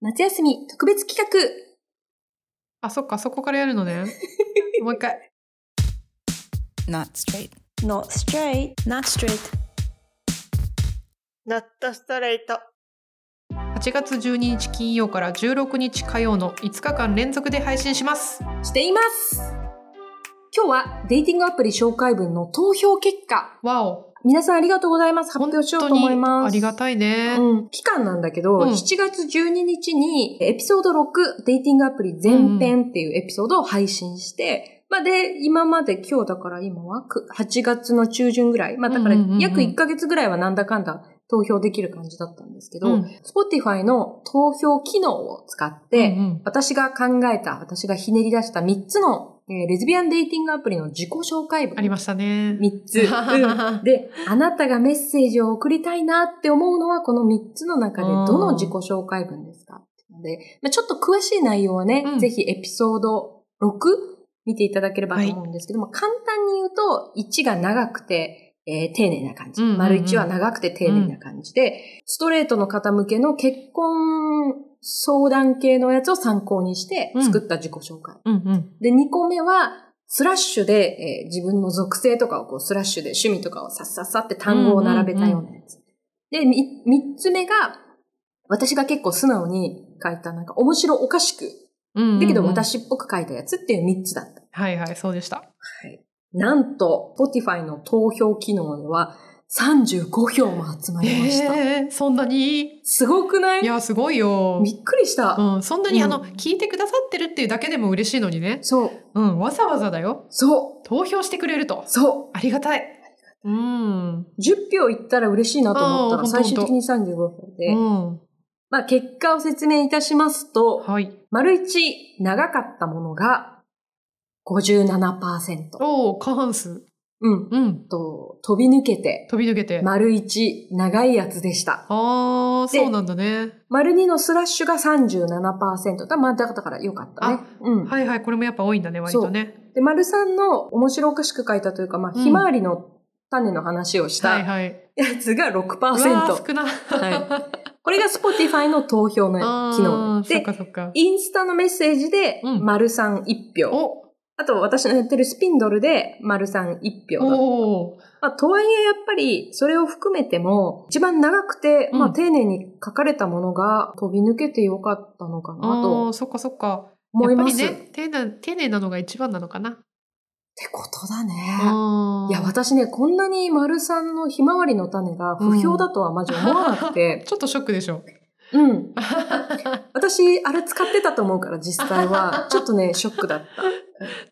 夏休み特別企画あ、そっか、そこからやるの ね。もう一回。 Not straight. Not straight. Not straight. ナットストレート。 8月12日金曜から16日火曜の5日間連続で配信します。しています今日はデイティングアプリ紹介文の投票結果。わお。皆さんありがとうございます。発本表しよう当とに思います。ありがたいね。うん、期間なんだけど、うん7月12日にエピソード6、デイティングアプリ全編っていうエピソードを配信して、まあで、今まで今日だから今はく8月の中旬ぐらい、まあだからうんうんうんうん約1ヶ月ぐらいはなんだかんだ投票できる感じだったんですけど、うん Spotify の投票機能を使って、うんうん私が考えた、私がひねり出した3つの、えーレズビアンデイティングアプリの自己紹介文。ありましたね。 3つ。う んで、あなたがメッセージを送りたいなって思うのはこの3つの中でうんどの自己紹介文ですかっていうので、まあ、ちょっと詳しい内容はね、うんぜひエピソード6見ていただければと思うんですけども、簡単に言うと1が長くて、えー丁寧な感じ。うんうんうん丸1は長くて丁寧な感じで、ストレートの方向けの結婚相談系のやつを参考にして作った自己紹介。うんうん。で、2個目は、スラッシュで、えー自分の属性とかをこうスラッシュで趣味とかをさっさっさって単語を並べたようなやつ。で、み三つ目が、私が結構素直に書いたなんか面白おかしく、うんうんうんだけど。私っぽく書いたやつっていう三つだった。はいはい、そうでした。なんと、Spotify の投票機能では35票も集まりました。えー、そんなにすごくないいや、すごいよ。びっくりした。うん、そんなに、うんあの、聞いてくださってるっていうだけでも嬉しいのにね。そう、うん、わざわざだよ。そう、投票してくれると。そう。ありがたい。うん。 10票いったら嬉しいなと思ったあらー最終的に35票で。うん。まあ、結果を説明いたしますと、はい。丸一長かったものが57%。おお、過半数。うん。うん。と、飛び抜けて、飛び抜けて。丸一長いやつでした。ああ、でそうなんだね。丸二のスラッシュが37%だ。まあ、だからよかったね。うん。はいはい、これもやっぱ多いんだね、割とね。で、丸三の面白おかしく書いたというか、まあ、うんひまわりの種の話をしはいたはい。うやつがわ6%。ー少な。 はいこれが Spotify の投票の機あ能ーそっでか、そっか。インスタのメッセージで、うん丸三1票。おあと私のやってるスピンドルで丸さん1票だと。おおまあ、とはいえやっぱりそれを含めても一番長くて、うんまあ丁寧に書かれたものが飛び抜けてよかったのかなあとーそっかそっか。思います。やっっぱりね、丁寧丁寧なのが一番なのかな。てことだね。あーいや、私ね、こんなに丸さんのひまわりの種が不評だとはマジ思わなく て。ちょっとショックでしょ。うん。私、あれ使ってたと思うから、実際は。ちょっとね、ショックだった。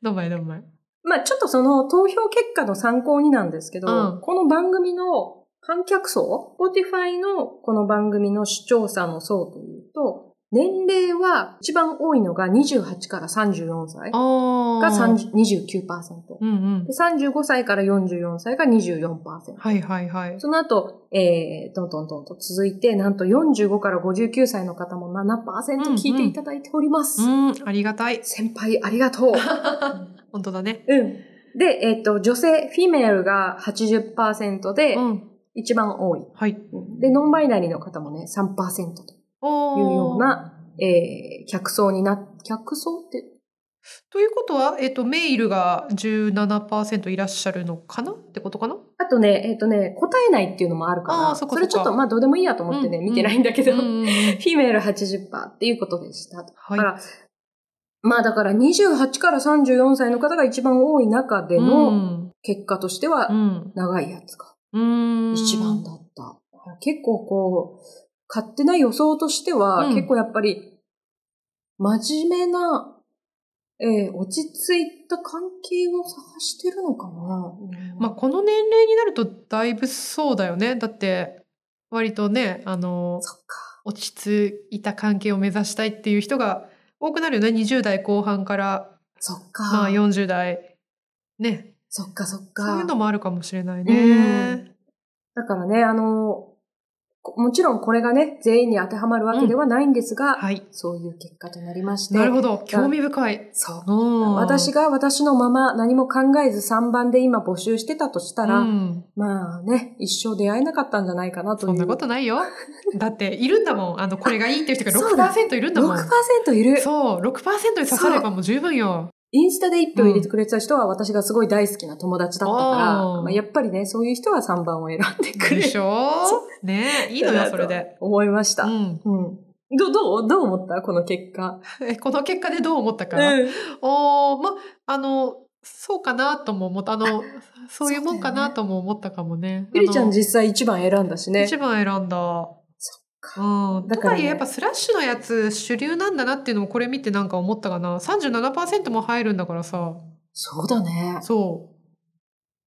どんまいどんまい。まあちょっとその投票結果の参考になんですけど、うんこの番組の観客層、Spotify のこの番組の視聴者の層というと、年齢は一番多いのが28から34歳あーが30 29%、うんうんで。35歳から44歳が24%。はいはいはい。その後、えー、どんどんどんと続いて、なんと45から59歳の方も7%聞いていただいております。うん、ありがたい。先輩ありがとう。本当だね。うん。で、えっ、と、女性、フィメールが80%で、うん。一番多い、はい。で、ノンバイナリーの方もね、3%とおいうーような、えー、客層にな、客層って、ということは、えっと、メイルが17%いらっしゃるのかなってことかなあとね、えっ、とね、答えないっていうのもあるから、あーそっかれちょっと、そっかまあ、どうでもいいやと思ってね、うん見てないんだけど、フうんィメール80%っていうことでした。だはいから、まあだから28から34歳の方が一番多い中でうのん結果としてはう、ん長いやつか。うん一番だった。結構こう、勝手な予想としては、うん結構やっぱり、真面目な、えー落ち着いた関係を探してるのかな。まあこの年齢になるとだいぶそうだよねだって割とねあのそっか。落ち着いた関係を目指したいっていう人が多くなるよね20代後半からそっか。まあ40代ねそっかそっか。そういうのもあるかもしれないうんね。だからね、あの、こもちろんこれがね、全員に当てはまるわけではないんですが、はい。そういう結果となりまして。なるほど。興味深い。そう。私私が私のまま何も考えず3番で今募集してたとしたら、うん、まあね、一生出会えなかったんじゃないかなという。そんなことな いよ。だって、いるんだもん。あの、これがいいっていう人がそうだ6%いるんだもん。 6%いる。そう、6%に刺さればもう十分よ。インスタで1票入れてくれてた人は私がすごい大好きな友達だったから、うんまあ、やっぱりね、そういう人は3番を選んでくれるでしょねえいいのよ、それで。思いましうた。うん。ん。ど、どうどう思ったこの結果。えこの結果でどう思ったか。うんおーま、あの、そうかなとも思った。あ の、そういうもんかなとも思ったかもね。ゆりちゃんあの実際1番選んだしね。一番選んだ。かうん、だとからねはいえやっぱスラッシュのやつ主流なんだなっていうのもこれ見てなんか思ったかな37%も入るんだからさそうだね。そ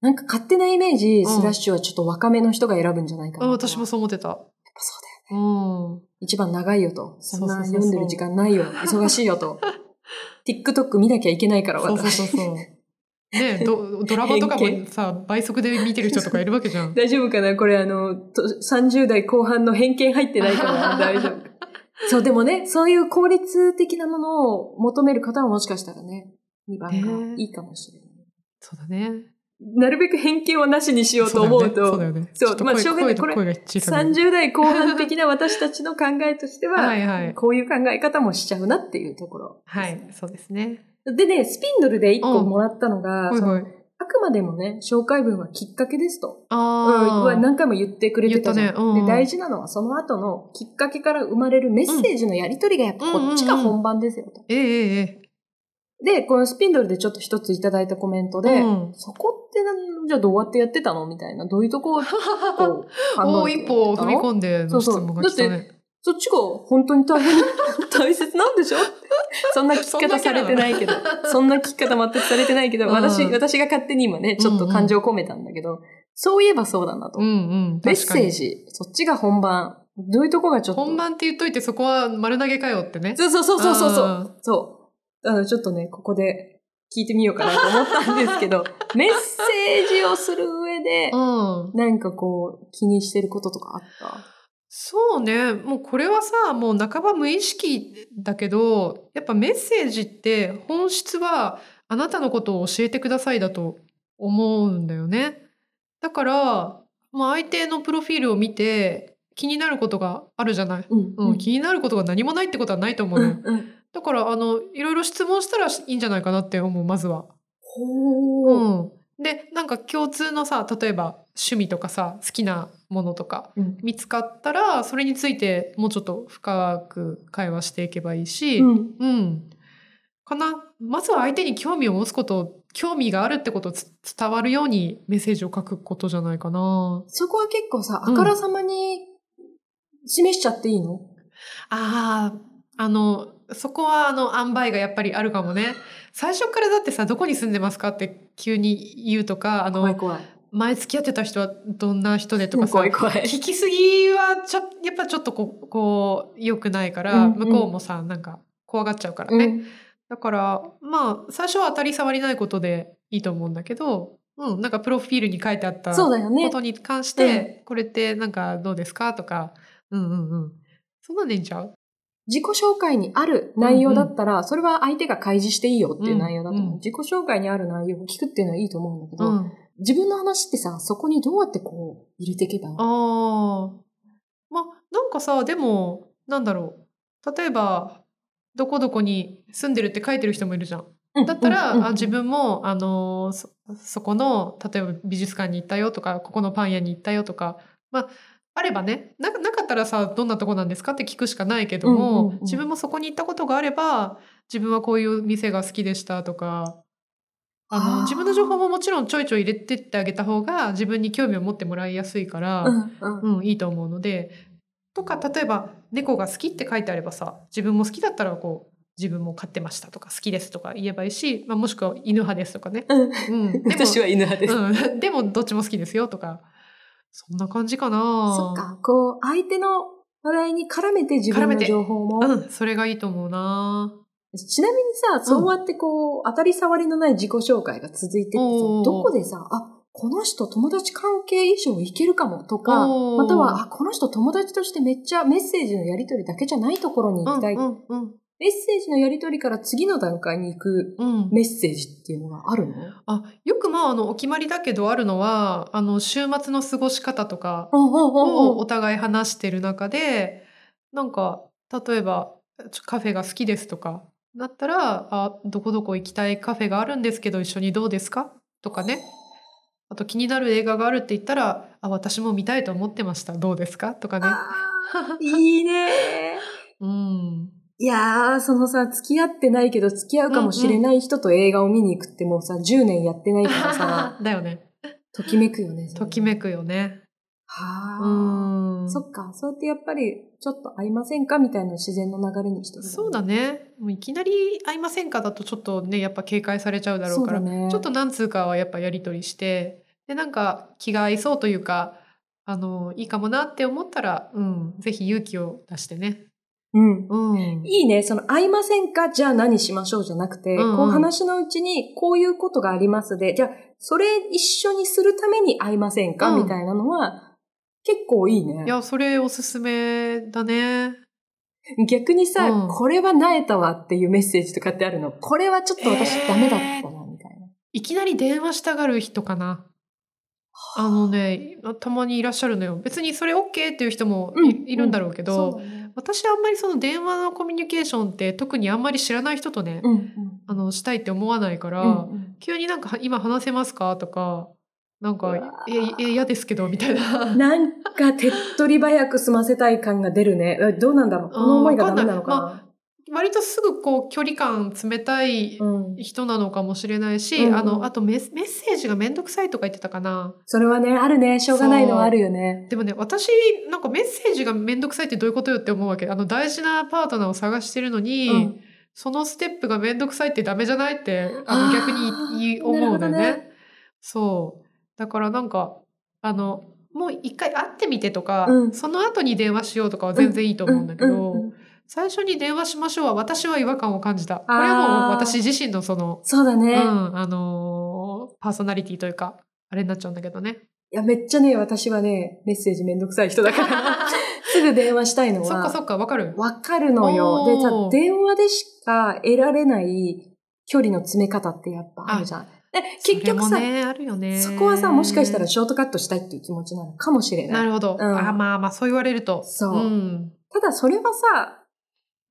なんか勝手なイメージ、んスラッシュはちょっと若めの人が選ぶんじゃないかうな。あ私もそう思ってたやっぱそうだよ。うん一番長いよと。そんなそうそうそうそう読んでる時間ないよ。忙しいよ と。TikTok 見なきゃいけないから、そうそう私。そうそうねえ ドドラマとかもさ倍速で見てる人とかいるわけじゃん大丈夫かなこれあの、と30代後半の偏見入ってないから 大丈夫。そう、でもね、そういう効率的なものを求める方はもしかしたらね、2番がねいいかもしれない。そうだねなるべく偏見はなしにしようと思うそうだと、よねそうだよねちょっとまあ声しょうがない声とこれ声が小さくなる30代後半的な私たちの考えとしては、はいはいこういう考え方もしちゃうなっていうところ。はいそうですねでね、スピンドルで1個うんもらったのが、はいそのはいあくまでもね、紹介文はきっかけですと。うん、あはあ、何回も言ってくれてたじゃん言ったねうでん大事なのはその後のきっかけから生まれるメッセージのやり取りがやっぱこっちが本番ですよと。えええええで、このスピンドルでちょっと一ついただいたコメントえで、うん、そこってなんじゃあどうやってやってたのみたいな。どういうとこをこ う反も応う一歩踏みん込んでの質問が来たねそっちが本当に大変、大切なんでしょそんな聞き方されてないけど、そんな聞き方全くされてないけど、うん私、私が勝手に今ね、ちょっと感情を込めたんだけど、そういえばそうだなと。うんうんメッ確かセにージ、そっちが本番。どういうとこがちょっと。本番って言っといてそこは丸投げかよってねそうそうそうそうそうそう。うそう。あのちょっとね、ここで聞いてみようかなと思ったんですけ ど、メッセージをする上で、ん、うん、なんかこう、気にしてることとかあったそうねもうこれはさもう半ば無意識だけどやっぱメッセージって本質はあなたのことを教えてくださいだと思うんだよねだから、まあ、相手のプロフィールを見て気になることがあるじゃない、うんうん、気になることが何もないってことはないと思ううのよ、んうん。だからあのいろいろ質問したらいいんじゃないかなって思うまずはほー。うん、でなんか共通のさ例えば趣味とかさ好きなものとかうん。見つかったらそれについてもうちょっと深く会話していけばいいし、うん。うんかなまずは相手に興味を持つこと興味があるってことをつ伝わるようにメッセージを書くことじゃないかな。そこは結構さ、あうんからさまに示しちゃっていいの、あーあのそこはあの塩梅がやっぱりあるかもね最初からだってさ「どこに住んでますか?」って急に言うとかあ怖いの怖い。前付き合ってた人はどんな人でとかさ怖い怖い。聞きすぎはちょやっぱちょっとこうこう良くないから、うんうん向こうもさなんか怖がっちゃうからね、うんだからまあ最初は当たり障りないことでいいと思うんだけど、うん、なんかプロフィールに書いてあったそうこだよね。とに関して、これってなんかどうですかとかうんうんうんそんなんでいいんちゃう自己紹介にある内容だったら、それは相手が開示していいよっていう内容だと思う。うんうん自己紹介にある内容を聞くっていうのはいいと思うんだけうど、ん、自分の話ってさ、そこにどうやってこう入れていけばあーまあなんかさでもなんだろう例えばどこどこに住んでるって書いてる人もいるじゃん。うんだったら、うんうんあ自分も、あのーそそこの例えば美術館に行ったよとかここのパン屋に行ったよとか、まあ、あればねななかったらさどんなとこなんですかって聞くしかないけどうも、んうんうん自分もそこに行ったことがあれば自分はこういう店が好きでしたとかあのあー自分の情報ももちろんちょいちょい入れてってあげた方が自分に興味を持ってもらいやすいから、うんうんうん、いいと思うのでとか例えば猫が好きって書いてあればさ自分も好きだったらこう自分も飼ってましたとか好きですとか言えばいいし、まあ、もしくは犬派ですとかね、うん うん、でも私は犬派です。うん、 でもどっちも好きですよとかそんな感じかなそっか、こう、相手の話題に絡めて自分絡めのて情報うも。ん、それがいいと思うなちなみにさ、そうやってこう、当たり障りのない自己紹介が続いてってさ、おーどこでさ、あ、この人友達関係以上いけるかもとか、おーまたは、あ、この人友達としてめっちゃメッセージのやり取りだけじゃないところに行きたい。うんうんメッセージのやり取りから次の段階に行くうんうんメッセージっていうのがあるのあよくまああのお決まりだけどあるのはあの週末の過ごし方とかをお互い話してる中でなんか例えばちょカフェが好きですとかだったらあどこどこ行きたいカフェがあるんですけど一緒にどうですかとかねあと気になる映画があるって言ったらあ私も見たいと思ってましたどうですかとかね。あー いいね。うんいやー、そのさ、付き合ってないけど、付き合うかもしれない人と映画を見に行くってもうさ、10年やってないから さ、だよね。ときめくよね。それときめくよね。うはあ。ん。そっか、そうやってやっぱり、ちょっと合いませんかみたいな自然の流れにしてるそうだね。もういきなり会いませんかだとちょっとね、やっぱ警戒されちゃうだろうから、そうだねちょっと何通かはやっぱやり取りして、で、なんか気が合いそうというか、あの、いいかもなって思ったら、うん、ぜひ勇気を出してね。うん。うん。いいね、その、合いませんかじゃあ何しましょうじゃなくて、うんうんこう話のうちに、こういうことがありますで、じゃあ、それ一緒にするために合いませんか、うんみたいなのは、結構いいね。いや、それおすすめだね。逆にさ、うんこれはなえたわっていうメッセージとかってあるのこれはちょっと私ダメだったな、みたいな。いきなり電話したがる人かな。あのね、たまにいらっしゃるのよ。別にそれ OK っていう人もい,、うんるんだろうけど、うだね。私あんまりその電話のコミュニケーションって特にあんまり知らない人とね、うん、あのしたいって思わないから、うん。うん急になんか「今話せますか?」とか「なんうかわええ嫌ですけど」みた いな。なんか、手っ取り早く済ませたい感が出るね。えどうなんだろうこの思いがダメなのかなわ割とすぐこう距離感冷たいうん。人なのかもしれないし、うんあのあとメッメッセージがめんどくさいとか言ってたかなそれはね、あるね。しょうがないのはあるよね。でもね私なんかメッセージがめんどくさいってどういうことよって思うわけあの大事なパートナーを探してるのに、うんそのステップがめんどくさいってダメじゃないってあのあー逆に言い思うんだよねなるほどそうだからなんかあのもう一回会ってみてとか、うんその後に電話しようとかは全然いいと思うんだけど、うんうん最初に電話しましょうは私は違和感を感じたこあーれはもう私自身のその、そうだうね、いんあのーパーソナリティというかあれになっちゃうんだけど ね。や、めっちゃね、私はね、メッセージめんどくさい人だから、 すぐ電話したいのは。そっかそっかわかるわかるのよ。で、おさー、電話でしか得られない距離の詰め方ってやっぱあるじゃん。で結局そされもねあるよねそこはさ、もしかしたらショートカットしたいっていう気持ちなのかもしれない。なるほうど、んあまあまあそう言われるとそううんただそれはさ、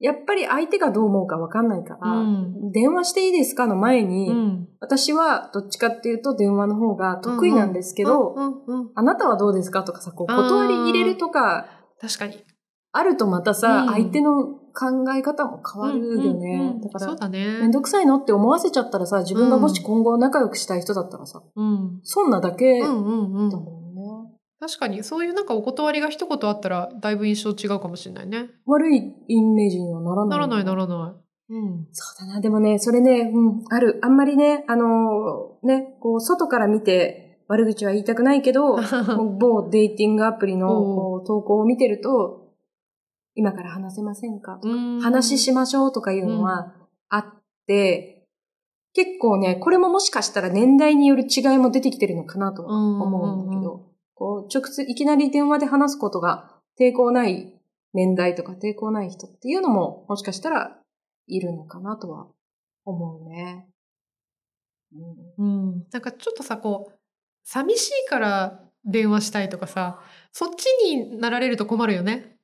やっぱり相手がどう思うかわかんないから、うん電話していいですかの前に、うん私はどっちかっていうと電話の方が得意なんですけど、うんうんうんあなたはどうですかとかさ、こう断り入れるとか、確かにあるとまたさ、うん相手の考え方も変わるよね。うんうんうんだからそうだねめんどくさいのって思わせちゃったらさ、自分がもし今後仲良くしたい人だったらさ、うんそんなだけうだんうんうもんんね。確かにそういうなんかお断りが一言あったらだいぶ印象違うかもしれないね悪いイメージにはならな。ないらないならないうんそうだな。でもね、それね、うん、ある。あんまりね、あのーね、こう、外から見て悪口は言いたくないけど、もう某デイティングアプリのおこう投稿を見てると、今から話せませんかうん話しましょうとかいうのはあって、結構ね、これももしかしたら年代による違いも出てきてるのかなとは思うんだけうんど、こう、直接いきなり電話で話すことが抵抗ない年代とか抵抗ない人っていうのももしかしたらいるのかなとは思うね。うんうんなんかちょっとさこう寂しいから電話したいとかさそっちになられると困るよね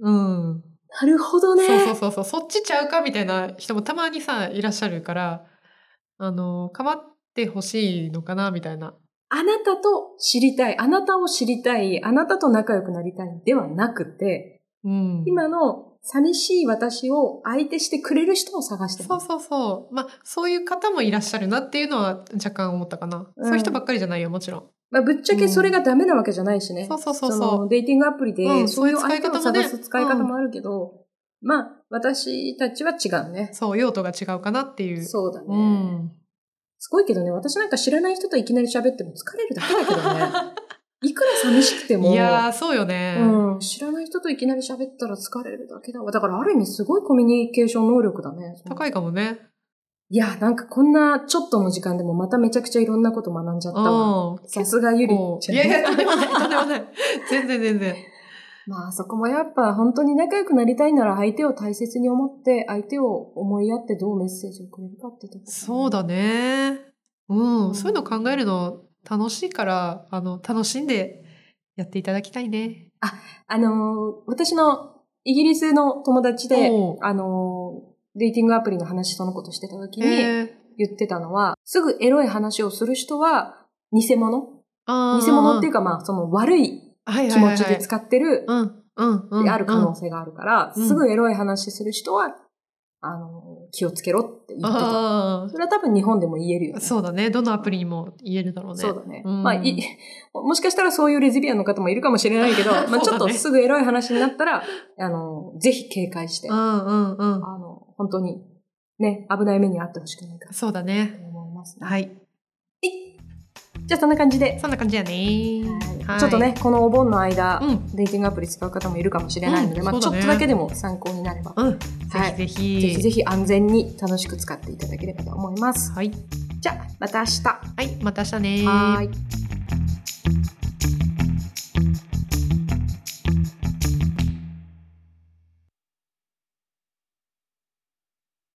うんなるほどね。そうそうそうそう、そっちちゃうかみたいな人もたまにさ、いらっしゃるから、あの、かまってほしいのかな、みたいな。あなたと知りたい、あなたを知りたい、あなたと仲良くなりたいではなくて、うん。今の寂しい私を相手してくれる人を探してそまうす。そうそう。まあ、そういう方もいらっしゃるなっていうのは若干思ったかな。うんそういう人ばっかりじゃないよ、もちろん。まあ、ぶっちゃけそれがダメなわけじゃないしね。そうそうそうそそのデイティングアプリうでんそういうそうい相う手使をい方もね探す使い方もあるけど、まあ私たちは違うねう。。そう、用途が違うかなっていう。そうだね、うん。すごいけどね、私なんか知らない人といきなり喋っても疲れるだけだけどね。いくら寂しくても。いやー、そうよね。うん、知らない人といきなり喋ったら疲れるだけだわ。だからある意味すごいコミュニケーション能力だね。高いかもね。いや、なんかこんなちょっとの時間でもまためちゃくちゃいろんなこと学んじゃったわ。うん。さすがゆりこちうゃん。いやいや、とんでもない、とんでもない。全然全然。 まあそこもやっぱ本当に仲良くなりたいなら相手を大切に思って相手を思いやってどうメッセージをくれるかってとこ、そうだね。ね。うん、うんそういうの考えるの楽しいから、あの、楽しんでやっていただきたいね。あのー、私のイギリスの友達でおう、あのー、デイティングアプリの話そのことしてた時にえー、言ってたのは、すぐエロい話をする人は偽物あー偽物っていうかまあその悪いはいは気いは持いちで使ってるうん、うん、うん。である可能性があるから、うんすぐエロい話する人は、あの、気をつけろって言ってた。あそれは多分日本でも言えるよあ、ね。そうだね。どのアプリにも言えるだろうね。そうだね。うんまあ、い、 もしかしたらそういうレズビアンの方もいるかもしれないけど、そうだねまあちょっとすぐエロい話になったら、あの、ぜひ警戒して、あうん、うん、うん。の、本当に、ね、危ない目にあってほしくないかそうだとね。思います、ね。はい。じゃあそんな感じで、そんな感じやね。はいちょっとね、このお盆の間、うん。デイティングアプリ使う方もいるかもしれないので、うんまあそうちだょねっとだけでも参考になればうん。はいぜひぜひ。ぜひぜひ安全に楽しく使っていただければと思います。はい。じゃあ、また明日。はい。また明日ね。はーい。